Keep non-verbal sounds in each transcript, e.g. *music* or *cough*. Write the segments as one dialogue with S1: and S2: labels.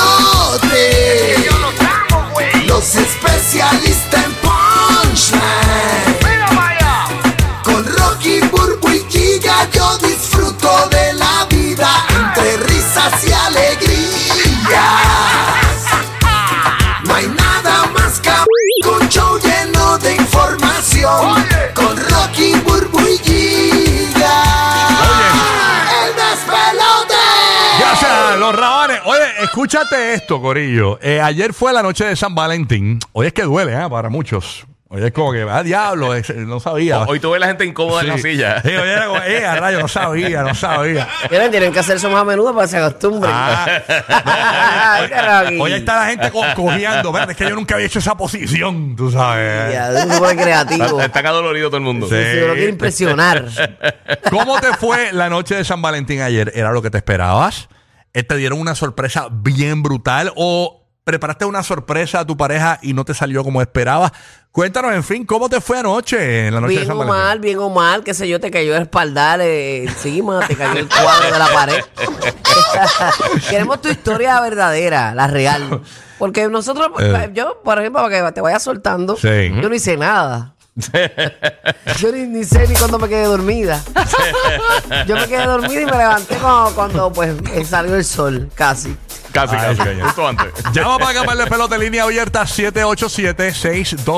S1: despelote.
S2: Que yo los amo, güey.
S1: Los especialistas en punchline.
S2: Mira, vaya.
S1: Con Rocky Burbu y Giga yo disfruto de la vida entre risas y alegrías. No hay nada más que un show lleno de información.
S2: Oye.
S1: Con Rocky Burbu y Giga. El despelote.
S3: Gracias, a los rabanes. Oye, escúchate esto, Corillo. Eh, ayer fue la noche de San Valentín. Hoy es que duele, ¿eh? Para muchos. Hoy es como que, ah, diablo, es- no sabía.
S4: Hoy tuve la gente incómoda en la
S3: Sí.
S4: silla.
S3: Sí, hoy era como, eh, a rayo, no sabía, no sabía.
S5: Tienen, tienen que hacer eso más a menudo para que se acostumbren.
S3: Ah,
S5: Ay, Rocky.
S3: Hoy está la gente co- cojeando. Espérate, es que yo nunca había hecho esa posición, tú sabes.
S5: Ya, es un súper creativo.
S3: *laughs*
S4: Está- Está adolorido todo el mundo.
S3: Sí.
S5: Si uno quiere
S3: *laughs*
S5: impresionar.
S3: ¿Cómo te fue la noche de San Valentín ayer? ¿Era lo que te esperabas? Eh, ¿Te dieron una sorpresa bien brutal? ¿O preparaste una sorpresa a tu pareja y no te salió como esperabas? Cuéntanos, en fin, ¿cómo te fue anoche en la noche de
S5: Bien
S3: San
S5: o
S3: Valentín?
S5: mal, bien o mal, qué sé yo, te cayó el espaldar eh, encima, te cayó el cuadro de la pared. *laughs* Queremos tu historia verdadera, la real. Porque nosotros,
S3: Eh.
S5: yo, por ejemplo, para que te vaya soltando,
S3: Sí.
S5: yo no
S3: *laughs*
S5: hice nada. yo ni, ni sé ni cuándo me quedé dormida. yo me quedé dormida y me levanté como cuando pues eh, salió el sol, casi.
S4: Casi,
S3: Ay,
S4: casi.
S3: coño.
S4: Justo antes.
S3: Llama para acá para el pelota línea abierta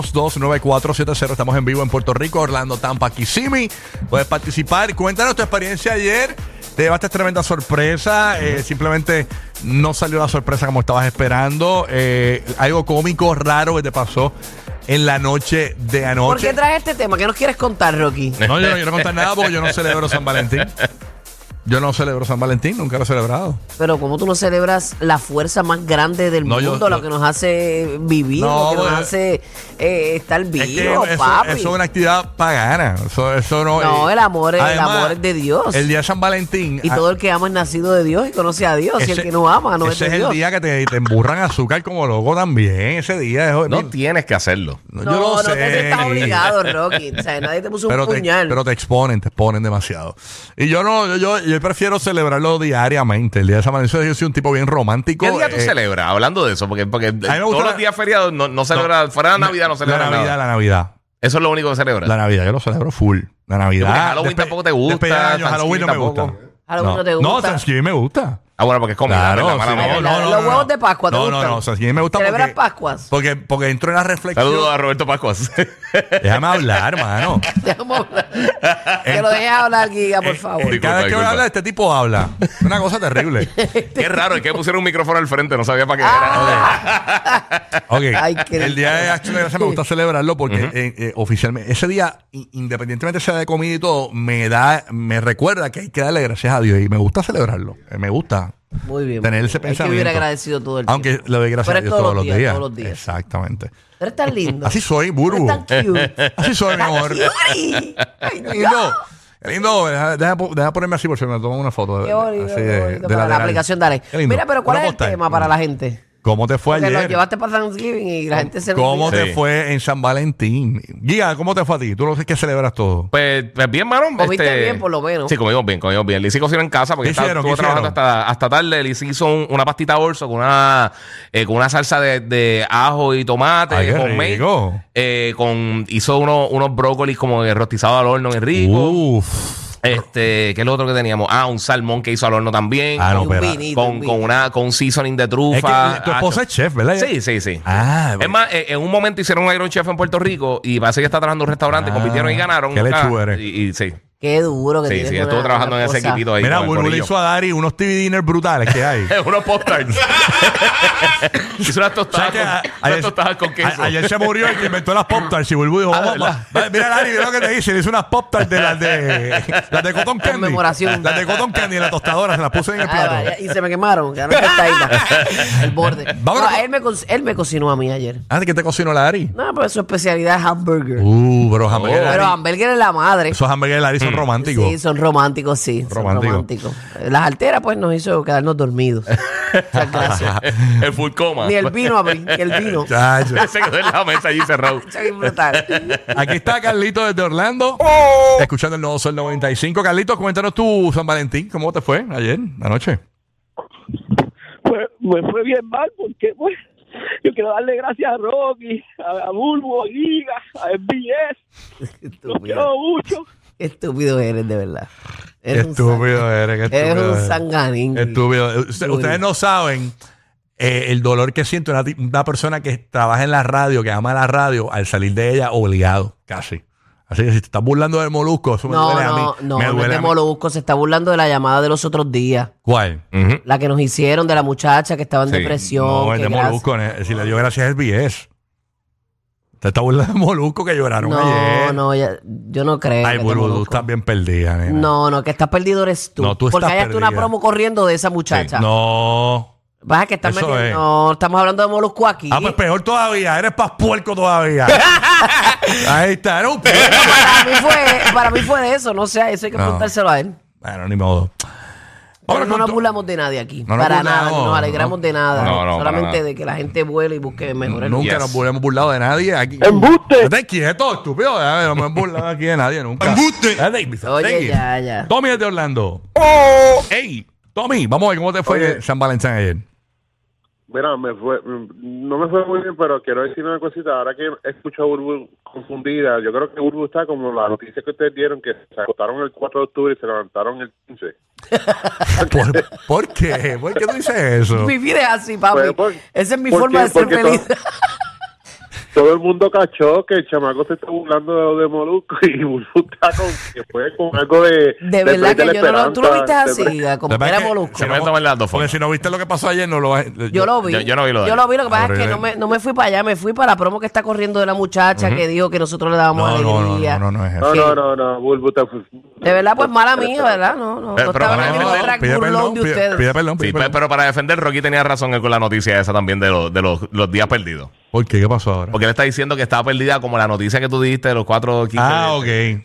S3: 787-622-9470. Estamos en vivo en Puerto Rico, Orlando, Tampa, Kissimmee. Puedes participar. Cuéntanos tu experiencia ayer. Te llevaste tremenda sorpresa. Eh, simplemente no salió la sorpresa como estabas esperando. Eh, algo cómico, raro que te pasó en la noche de
S5: ¿Por qué
S3: anoche.
S5: traes este tema? ¿Qué nos quieres contar, Rocky?
S3: No, yo no quiero contar nada porque yo no celebro San
S5: *laughs*
S3: Valentín. Yo no celebro San Valentín, nunca lo he celebrado.
S5: Pero ¿cómo tú no celebras la fuerza más grande del
S3: No, yo-
S5: mundo, lo
S3: yo-
S5: que nos hace vivir,
S3: No,
S5: lo que nos
S3: bueno.
S5: hace eh, estar
S3: Es que
S5: vivos,
S3: eso,
S5: papi?
S3: eso es una actividad pagana. Eso, eso no, eh,
S5: No, el amor es- el amor es de Dios.
S3: El día de San Valentín.
S5: Y
S3: ah,
S5: todo el que ama es nacido de Dios y conoce a Dios. y el
S3: ese-
S5: que no ama no es
S3: ese
S5: de
S3: es, el
S5: Dios.
S3: día que te, te emburran azúcar como loco también. Ese día. eso-
S4: No tienes que hacerlo.
S3: no,
S5: no,
S3: yo lo
S5: no
S3: sé.
S5: te estás obligado, Rocky. O sea, nadie te puso
S3: Pero
S5: un
S3: te,
S5: puñal.
S3: pero te exponen, te exponen demasiado. Y yo no, yo, yo, yo prefiero celebrarlo diariamente. El día de San Valentín, yo soy un tipo bien romántico.
S4: ¿Qué día tú
S3: eh,
S4: celebras? Hablando de eso, porque, porque
S3: me
S4: todos
S3: gusta la-
S4: los días feriados no, no celebra, fuera de Navidad no celebra
S3: La Navidad,
S4: nada.
S3: la Navidad.
S4: Eso es lo único que celebra.
S3: La Navidad, yo lo celebro full. La Navidad.
S4: Porque Halloween
S3: despe-
S4: tampoco te gusta,
S3: despedida de año, Halloween no me
S4: Thanksgiving
S3: gusta.
S4: tampoco.
S5: Halloween no, te
S3: No,
S5: gusta.
S3: Thanksgiving me gusta.
S4: Ah, bueno, porque es comida.
S3: Claro,
S4: ¿verdad? Mala
S3: sí,
S4: mía.
S5: no, no. Los huevos de Pascua, ¿te
S3: no,
S5: gustan?
S3: No, no, o sea, sí me gusta
S5: ¿Celebras
S3: porque, *laughs*
S5: Pascuas?
S3: Porque, porque entro en la reflexión.
S4: Saludos a Roberto Pascuas. *laughs*
S3: Déjame hablar, hermano.
S5: Déjame hablar. que lo dejes hablar, Giga, por favor.
S4: eh, *laughs* Disculpa,
S3: Cada vez que voy
S4: disculpa.
S3: a hablar, este tipo habla. Una cosa
S5: *laughs*
S3: terrible.
S4: Qué raro, es que pusieron un micrófono al frente, no sabía para
S3: Ah.
S4: qué
S5: Ah,
S3: Ok.
S5: Ay, qué
S3: el día de
S5: desgracia.
S3: Acción de Gracias me gusta celebrarlo porque eh, eh, oficialmente, ese día, i- independientemente sea de comida y todo, me da, me recuerda que hay que darle gracias a Dios y me gusta celebrarlo. Eh, Me gusta.
S5: Muy bien.
S3: Tener ese
S5: Hay que vivir
S3: pensamiento.
S5: agradecido todo el
S3: Aunque
S5: tiempo.
S3: le doy gracias
S5: Pero
S3: a
S5: es
S3: Dios
S5: todos
S3: todos
S5: los
S3: los
S5: días,
S3: días.
S5: todos los días.
S3: Exactamente.
S5: Pero es tan lindo.
S3: Así soy,
S5: Pero
S3: burbu.
S5: es tan cute.
S3: *laughs* Así soy, mi amor.
S5: Yuri. Ay,
S3: Qué lindo. Qué lindo. Deja, deja po- deja ponerme así por si me tomo una foto.
S5: Qué bonito,
S3: así
S5: qué
S3: de- de
S5: bonito. para la
S3: lateral.
S5: aplicación, dale.
S3: Qué lindo.
S5: Mira, pero ¿cuál
S3: Una
S5: es el
S3: postal.
S5: tema para la gente?
S3: ¿Cómo te fue
S5: Porque lo
S3: ayer?
S5: llevaste para Thanksgiving y la gente se
S3: ¿Cómo
S5: olvida.
S3: te
S4: Sí.
S3: fue en San Valentín? Guía, ¿cómo te fue a ti? Tú lo sé que celebras todo.
S4: Pues, pues bien, mano.
S5: Comiste bien, por lo menos.
S4: Sí, comimos bien, comimos bien. Lizzy cocinó en casa porque
S3: ¿Qué
S4: estaba,
S3: hicieron?
S4: estuvo
S3: ¿Qué
S4: trabajando
S3: hicieron?
S4: hasta, hasta tarde. Lizzy hizo un- una pastita bolso con una, eh, con una salsa de, de ajo y tomate.
S3: Ay, qué
S4: homemade.
S3: rico.
S4: Eh, con, hizo unos, unos brócolis como que rostizados al horno en rico.
S3: Uh. Uf.
S4: Este, ¿qué es lo otro que teníamos? Ah, un salmón que hizo al horno también.
S3: Ah, no,
S5: Y un
S3: pero-
S5: vinito, un
S4: con,
S5: vinito.
S4: con una con un seasoning de
S3: Es
S4: trufa.
S3: que tu esposa
S4: Hacho.
S3: es chef, ¿verdad?
S4: ah, Sí, sí, sí.
S3: Ah,
S4: es más, eh, en un momento hicieron un Iron Chef en Puerto Rico y parece que está trabajando en un restaurante,
S3: Ah,
S4: compitieron y ganaron.
S3: qué
S4: Ah,
S3: lechuga eres.
S4: Y, y sí,
S5: Qué duro que
S4: sí,
S5: tienes
S4: sí,
S5: Pues una-
S4: estuvo trabajando
S5: una
S4: en ese
S5: cosa.
S4: equipito ahí.
S3: Mira,
S4: con el
S3: Burbu le
S4: corillo.
S3: hizo a Dari unos TV dinners brutales que
S4: *laughs*
S3: hay.
S4: unos postcards. hizo unas
S3: ¿Sabes
S4: tostadas, con,
S3: qué? A-
S4: unas
S3: ayer-
S4: tostadas con queso.
S3: a- ayer se murió el que inventó las pop tarts y Burbu
S5: Ah,
S3: dijo, vamos,
S4: ¿verdad?
S3: va- mira Dari, mira lo que te hice, le hice unas pop tarts de las de las de Cotton Candy.
S5: Conmemoración.
S3: Las de Cotton Candy en la tostadora, se las puse en el
S5: Ay,
S3: plato.
S5: vaya, y se me quemaron, quedaron
S3: *laughs*
S5: cortaditas. el borde.
S3: Vámonos
S5: No,
S3: con-
S5: él, me, co- él me cocinó a mí ayer.
S3: Ah, ¿qué te cocinó la Dari?
S5: No, pero su especialidad es hamburger.
S3: Uh, bro, hamburguesas de
S5: pero
S3: Dari-
S5: hamburger es la madre.
S3: Esos hamburguesas de Dari
S4: Mm.
S3: son románticos.
S5: Oh. Sí, son románticos, sí.
S3: Romántico.
S5: Son románticos. Las alteras, pues, nos hizo
S3: *laughs*
S5: quedarnos dormidos. Muchas gracias.
S4: el full coma.
S5: Ni
S4: *laughs*
S5: el vino, abrí, que el vino.
S3: Chacho.
S4: se quedó en la mesa allí cerrado.
S5: Eso es brutal.
S3: Aquí está Carlito desde Orlando,
S5: Oh.
S3: escuchando el nuevo Sol 95. Carlito, cuéntanos tú, San Valentín, ¿cómo te fue ayer, anoche?
S6: Pues, me fue bien mal porque pues yo quiero darle gracias a Rocky, a, a Bulbo, a Giga, a FBS, los
S5: *laughs* Estúpido.
S6: quiero mucho.
S5: Estúpido eres, de verdad. Eres un
S3: Estúpido
S5: sang-
S3: eres, qué
S5: Eres
S3: estúpido
S5: un
S3: eres.
S5: sanganín.
S3: Estúpido. Usted- ustedes no saben eh, el dolor que siente una, ti- una persona que trabaja en la radio, que ama la radio, al salir de ella obligado, casi. Así que si te estás burlando del molusco, eso me
S5: No,
S3: duele a mí.
S5: no, no,
S3: me
S5: no es
S3: duele
S5: de
S3: a mí.
S5: Molusco, se está burlando de la llamada de los otros días.
S3: ¿Cuál?
S4: Ujú.
S5: La que nos hicieron de la muchacha que estaba en
S4: Sí.
S5: depresión.
S3: no, es
S5: que
S3: de
S5: gracias-
S3: molusco. ne- Si le dio gracias es BS. Te está burlando de molusco que lloraron
S5: No,
S3: ayer.
S5: no, ya- yo no creo.
S3: Ay,
S5: que
S3: Burbu,
S5: te
S3: tú
S5: conozco.
S3: estás bien perdida, nena.
S5: No, no, que estás perdido eres tú.
S3: No, tú
S5: Porque
S3: estás
S5: hay hasta una
S3: perdida.
S5: promo corriendo de esa muchacha.
S3: No.
S5: Vas a que estás
S3: Eso
S5: metiendo.
S3: es.
S5: No, estamos hablando de Molusco aquí.
S3: Ah, pues peor todavía. Eres más puerco
S5: *laughs*
S3: todavía. Ahí está. Era un puerco.
S5: para, mí fue, para mí fue de eso, no sé, eso hay que
S3: pues. No.
S5: preguntárselo a él.
S3: Bueno, ni modo.
S5: Pero
S3: Ahora
S5: no
S3: con
S5: nos
S3: tu-
S5: burlamos de nadie aquí.
S3: No nos
S5: para nada,
S3: burlamos,
S5: ni nos alegramos
S3: no.
S5: de nada.
S4: No, no, para
S5: Solamente
S4: nada.
S5: de que la gente vuele y busque mejores lugares.
S3: Nunca
S4: Yes.
S3: nos hemos burlado de nadie aquí.
S6: ¡Embuste!
S3: Estás quieto, estúpido. Ya, No me he burlado aquí de nadie nunca. ¡Embuste!
S5: Oye, ya, ya.
S3: Tommy es de Orlando. ¡Ey! Tommy, vamos a ver cómo te fue
S7: Oye.
S3: San Valentín ayer.
S7: Mira, me fue, no me fue muy bien, pero quiero decir una cosita. Ahora que escucho a Urbu confundida, yo creo que Urbu está como la noticia que ustedes dieron, que se acostaron el 4 de octubre y se levantaron el 15.
S3: ¿Por, por qué? ¿Por qué tú dices
S5: *laughs*
S3: eso?
S5: Mi vida es así, papi.
S7: Pues, pues,
S5: Esa es mi
S7: ¿por
S5: forma *laughs*
S7: qué?
S5: de ser
S7: Porque
S5: feliz.
S7: todo- Todo el mundo cachó que el chamaco se está burlando de, de Molusco y Urbu está con, que fue con algo de...
S5: De verdad
S7: Play de
S5: que
S7: la
S5: yo no lo... Tú lo viste
S7: Esperanza, de
S5: así,
S7: Play-
S5: a como
S3: La
S5: era
S3: verdad es que-
S5: Molusco.
S4: Se pueden tomar las dos
S3: Porque
S4: formas.
S3: si no viste lo que pasó ayer, no lo vas Yo,
S5: Yo lo vi.
S4: yo- yo no vi lo de
S5: Yo
S4: él.
S5: lo vi, lo que pasa es que
S3: Horrible.
S5: no me, no me fui para allá, me fui para la promo que está corriendo de la muchacha que dijo que nosotros le dábamos
S3: No, no, no,
S5: alegría.
S3: no, no, no es eso.
S7: No, no, no, no, Urbu está...
S5: De verdad, pues mala mía, ¿verdad? No, no,
S4: Pero-
S5: no
S4: pero
S5: estaba
S4: no,
S5: en el
S4: no,
S5: mismo track
S3: pide
S5: burlón
S3: perdón,
S5: de
S3: pide,
S5: ustedes.
S3: pide perdón, pide
S4: Sí, pe-
S3: perdón.
S4: pero para defender, Rocky tenía razón con la noticia esa también de, los de los, los días perdidos.
S3: ¿Por qué? ¿Qué pasó ahora?
S4: Porque él está diciendo que estaba perdida como la noticia que tú diste de los cuatro 15
S3: Ah, ok.
S5: Sí,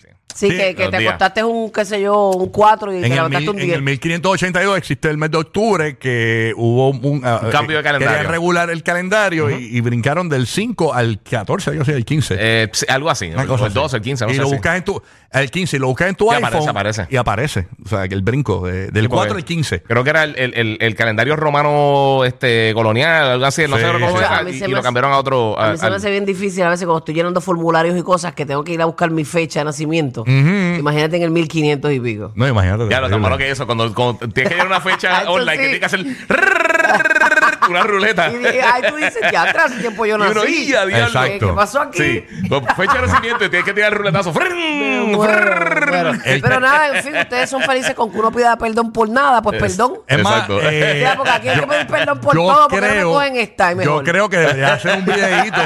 S3: Sí,
S5: que, que
S4: los
S5: te
S4: días.
S5: acostaste un, qué sé yo, un 4 y te
S3: En el,
S5: levantaste
S3: mil-
S5: un
S3: en
S5: 10.
S3: el 1582 existe el mes de octubre que hubo un, ah,
S4: Un cambio de
S3: eh,
S4: calendario.
S3: Querían regular el calendario y, y brincaron del 5 al 14, yo sé, al 15.
S4: Eh, sí, algo así.
S3: Una cosa
S4: o el
S3: así.
S4: 12, el 15, no
S3: y
S4: sé
S3: lo
S4: si.
S3: buscas en tu el 15 y lo buscas en tu
S4: Y
S3: iPhone
S4: aparece, aparece.
S3: y aparece o sea que el brinco de- del
S4: Sí, porque
S3: 4 al 15
S4: Creo que era el, el- el- el calendario romano este colonial, algo así, no
S3: Sí,
S4: sé cómo
S3: sí,
S4: era,
S5: sí. A mí
S4: y,
S5: se
S4: y
S5: me
S4: lo
S5: hace-
S4: cambiaron a otro.
S5: A mí se
S4: al-
S5: me hace bien difícil a veces cuando estoy llenando formularios y cosas que tengo que ir a buscar mi fecha de nacimiento. Imagínate en el 1500
S3: *laughs*
S5: y pico.
S3: no imagínate
S4: Ya, lo tan
S3: terrible.
S4: malo que eso, cuando, cuando tienes que llegar a una fecha
S5: Eso
S4: online que
S5: sí.
S4: tienes que hacer una ruleta.
S5: Y dije, ay, tú dices, ya atrás tiempo yo
S4: Y uno,
S5: nací.
S4: "Y a diablo".
S5: ¿Qué, qué pasó aquí?
S4: Sí, con fecha de nacimiento y tienes que tirar el ruletazo.
S5: Me
S3: *laughs*
S5: muero, me muero.
S3: El-
S5: Pero nada, en fin, ustedes son felices con que uno pida perdón por nada, pues perdón.
S3: es más
S4: Exacto. *laughs*
S5: O sea, porque aquí hay que
S3: yo-
S5: pedir perdón por
S3: yo
S5: todo, porque no me cogen esta, es
S3: yo
S5: mejor.
S3: creo que debería hacer un videíto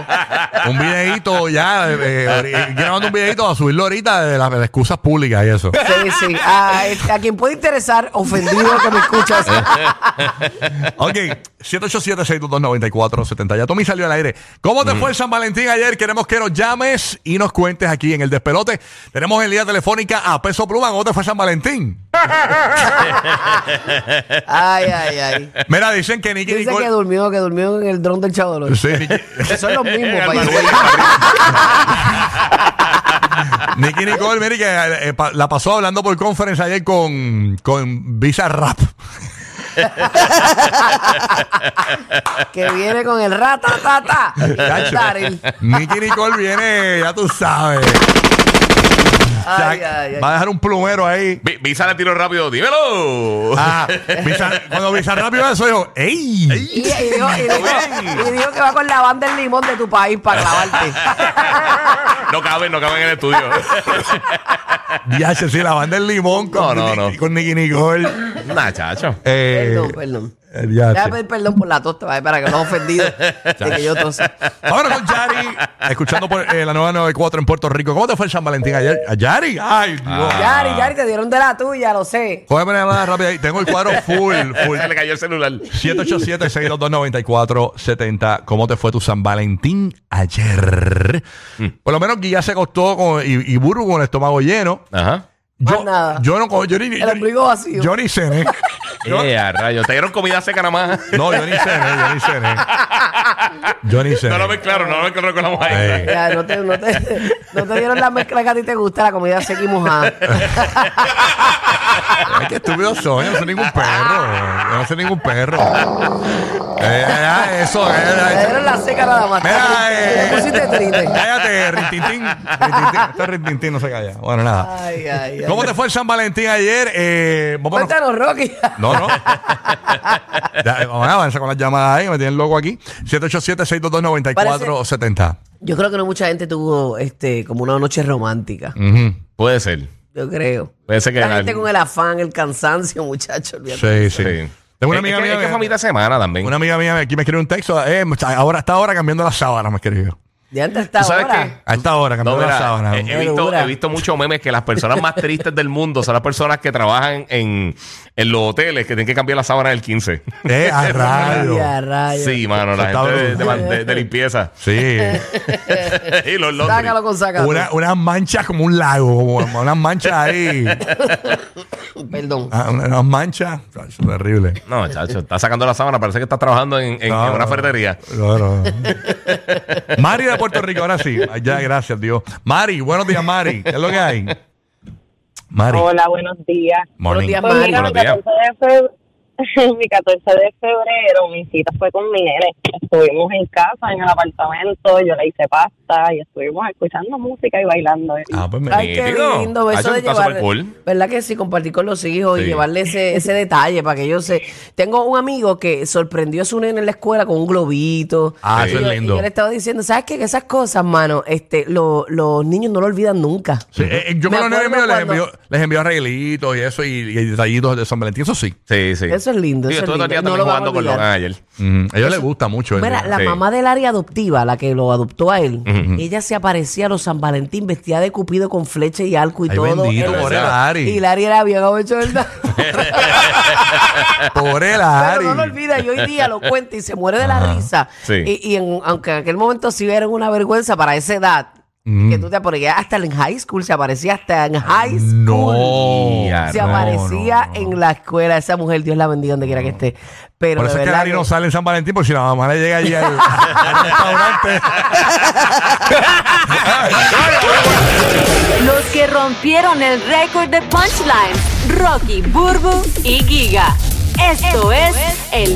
S3: un videíto ya eh, eh, eh, grabando un videíto a subirlo ahorita de las de las excusas públicas y eso
S5: Sí, sí. A, este, a quien puede interesar, ofendido que me escuchas.
S3: ok 787-622-9470 ya Tommy salió al aire ¿cómo te fue el San Valentín ayer? queremos que nos llames y nos cuentes aquí en el despelote tenemos en línea telefónica a Peso Pluma ¿cómo te fue San Valentín?
S5: Ay, ay, ay.
S3: Mira, dicen que Nicky
S5: Dice
S3: Nicole.
S5: que durmió, que durmió en el dron del Chavo del
S3: *laughs*
S5: Ocho.
S3: Sí, Nicky,
S5: Que Son los mismos,
S4: El
S5: by the way.
S3: Nicky Nicole, mire que eh, eh, pa- la pasó hablando por conferencia ayer con, con Visa Rap.
S5: Que viene con el ratatata. Daril.
S3: Nicky Nicole viene, ya tú sabes. O sea,
S5: Ay, ay, ay.
S3: Va a dejar un plumero ahí.
S4: Vi- Visa le tiró rápido, dímelo.
S3: Ah, Visa- cuando Visa Rap vio eso, dijo, ¡ey!
S5: Y, y dijo, y dijo- y dijo que va con la banda del limón de tu país
S3: *laughs*
S5: para
S3: Eh.
S5: clavarte.
S4: No caben, no caben en el estudio.
S3: Ya se sí, la banda del limón con,
S4: No, no,
S3: Nicky-
S4: no.
S3: con Nicky Nicole.
S4: nah, chacho.
S3: Eh,
S5: perdón, pues. perdón.
S3: eh, ya
S5: Déjame
S3: sé.
S5: pedir perdón por la tosta, ¿vale? para que los ofendidos de que yo tosa.
S3: Vámonos con Yari, escuchando por, eh, la 994 en Puerto Rico. ¿Cómo te fue el San Valentín ayer? ¿A Yari? ¡Ay, Dios!
S5: Ah. Yari, Yari, te dieron de la tuya, lo sé.
S3: Cógeme la llamada rápida ahí. Tengo el cuadro full, full.
S4: Se le cayó el celular.
S3: 787-622-9470. ¿Cómo te fue tu San Valentín ayer?
S4: Mm.
S3: Por lo menos Guilla se acostó con, y, y Burbu con el estómago lleno.
S4: Ajá.
S5: Más
S3: Yo,
S5: nada.
S3: yo no co- yo ni, yo
S5: El
S3: ni-
S5: ombligo vacío.
S3: yo ni cené. Yo-
S4: Eh, a rayos. Te dieron comida seca nada más.
S3: no, yo ni cené, yo ni cené. Yo ni cené.
S4: No lo ven claro, no lo ven claro con la mujer.
S3: Ey.
S5: Ya, no, te, no, te, no te dieron la mezcla que a ti te gusta, la comida seca y mojada.
S3: Ay, qué estúpido soy, yo no soy ningún perro. Yo no soy ningún perro. Eh, ah, eso, eh,
S5: Te
S3: eh,
S5: dieron la seca nada más.
S3: Mira, eh,
S5: Te pusiste triste.
S3: Cállate, Rintintín. Rintintín. Este Rintintín no se calla. Bueno, nada.
S5: Ay, ay, ay.
S3: ¿Cómo te fue el San Valentín ayer? Eh, vámonos-
S5: Cuéntanos, Rocky.
S3: No, no. Ya, eh, vamos a avanzar con las llamadas ahí, me tienen loco aquí. 787-622-9470.
S5: Yo creo que no mucha gente tuvo este como una noche romántica.
S3: Ujú.
S4: Puede ser.
S5: Yo creo.
S4: Puede ser Mm. que.
S5: La gente con el afán, el cansancio, *laughs* muchachos.
S3: Sí, sí. Tengo una
S4: Es-
S3: amiga
S4: es que,
S3: mía.
S4: es que
S3: que-
S4: fue a mitad de semana también.
S3: Una amiga mía aquí me escribe un texto. Eh, ahora, hasta ahora cambiando la sábana, me escribió.
S5: Ya antes está
S4: ¿Tú sabes
S5: ahora.
S3: A esta hora
S4: No,
S3: cambiando la
S4: mira, eh,
S3: sábana.
S4: he, he
S5: Qué
S4: visto,
S5: dura.
S4: he visto muchos memes que las personas más tristes del mundo son las personas que trabajan en, en los hoteles que tienen que cambiar la sábana del 15. *laughs*
S3: Eh, a rayo.
S5: Ay, a rayos.
S4: Sí, mano, la
S3: Eso
S4: gente de,
S3: está
S4: de- de- de limpieza. *laughs*
S5: *laughs*
S3: Sí.
S4: y los laundry.
S5: Sácalo con sácalo.
S3: Una- Unas manchas como un lago, como unas manchas ahí.
S5: Perdón.
S3: Ah, una- unas manchas. Ah, eso es terrible.
S4: No, chacho, está sacando la sábana, parece que está trabajando en, en-
S3: No,
S4: en una
S3: no,
S4: ferretería.
S3: no, no. Mari de Puerto Rico, ahora sí. Ay, Ya, gracias, Dios. Mari, buenos días, Mari. ¿Qué es lo que hay? Mari.
S8: Hola, buenos días.
S5: Buenos
S4: Morning.
S5: días,
S8: Pues
S5: Mari.
S8: mira, mi
S4: buenos días.
S8: 14, de febrero, *laughs* mi 14 de febrero, mi cita fue con mi nene. Estuvimos en casa, en el apartamento, yo le hice pasta y estuvimos escuchando música y bailando.
S3: Ah, pues me-
S5: Ay, qué
S4: Nítido.
S5: lindo
S4: Ah,
S5: eso
S4: eso
S5: de
S4: está
S5: llevar.
S4: súper cool.
S5: ¿Verdad que sí? Compartir con los hijos y
S4: Sí.
S5: llevarle ese, ese detalle para que ellos se. Tengo un amigo que sorprendió a su nene en la escuela con un globito.
S3: Ah,
S5: Y
S3: eso
S5: yo-
S3: es
S5: y
S3: lindo.
S5: yo le estaba diciendo, ¿sabes qué? Que esas cosas, mano, este, lo- los niños no lo olvidan nunca.
S3: Sí, eh, eh, yo
S5: Me
S3: con los nenes míos
S5: acuerdo
S3: les
S5: cuando-
S3: envío, les envío arreglitos y eso y, y detallitos de San Valentín, eso sí.
S4: Sí, sí.
S5: Eso es lindo,
S4: Sí,
S5: eso es
S4: estuve todo el día
S5: lindo.
S4: también
S5: No lo vamos
S4: jugando
S5: a
S4: con los
S5: olvidar.
S4: ayer.
S3: Mm, a ellos les gusta mucho. ¿eh? eso.
S5: Mira, la
S4: Sí.
S5: mamá del área adoptiva, la que lo adoptó a él, ella se aparecía a los San Valentín vestida de cupido con flecha y arco y
S3: Ay,
S5: todo.
S3: bendito,
S5: en los
S4: pobre
S5: cielos.
S3: Lari.
S5: Y Lari era bien hecho
S3: *laughs*
S5: ¿verdad?
S3: Pobre
S5: *laughs* Pero
S3: Lari.
S5: no lo olvida y hoy día lo cuenta y se muere de la
S3: Ajá,
S5: risa.
S4: sí.
S5: Y, y en- aunque en aquel momento sí era una vergüenza para esa edad,
S3: Mm.
S5: que tú te aparecías hasta en high school, se aparecía hasta en high school.
S3: No.
S4: Ya,
S5: Se
S3: no,
S5: aparecía
S3: no, no.
S5: en la escuela. Esa mujer, Dios la bendiga donde quiera que esté. Pero
S3: Por eso
S5: de
S3: es que
S5: verdad
S3: Lari no
S5: que-
S3: sale en San Valentín, porque si la mamá le llega allí al,
S5: *laughs*
S3: al restaurante.
S9: Los que rompieron el récord de punchline, Rocky, Burbu y Giga. Esto, es, el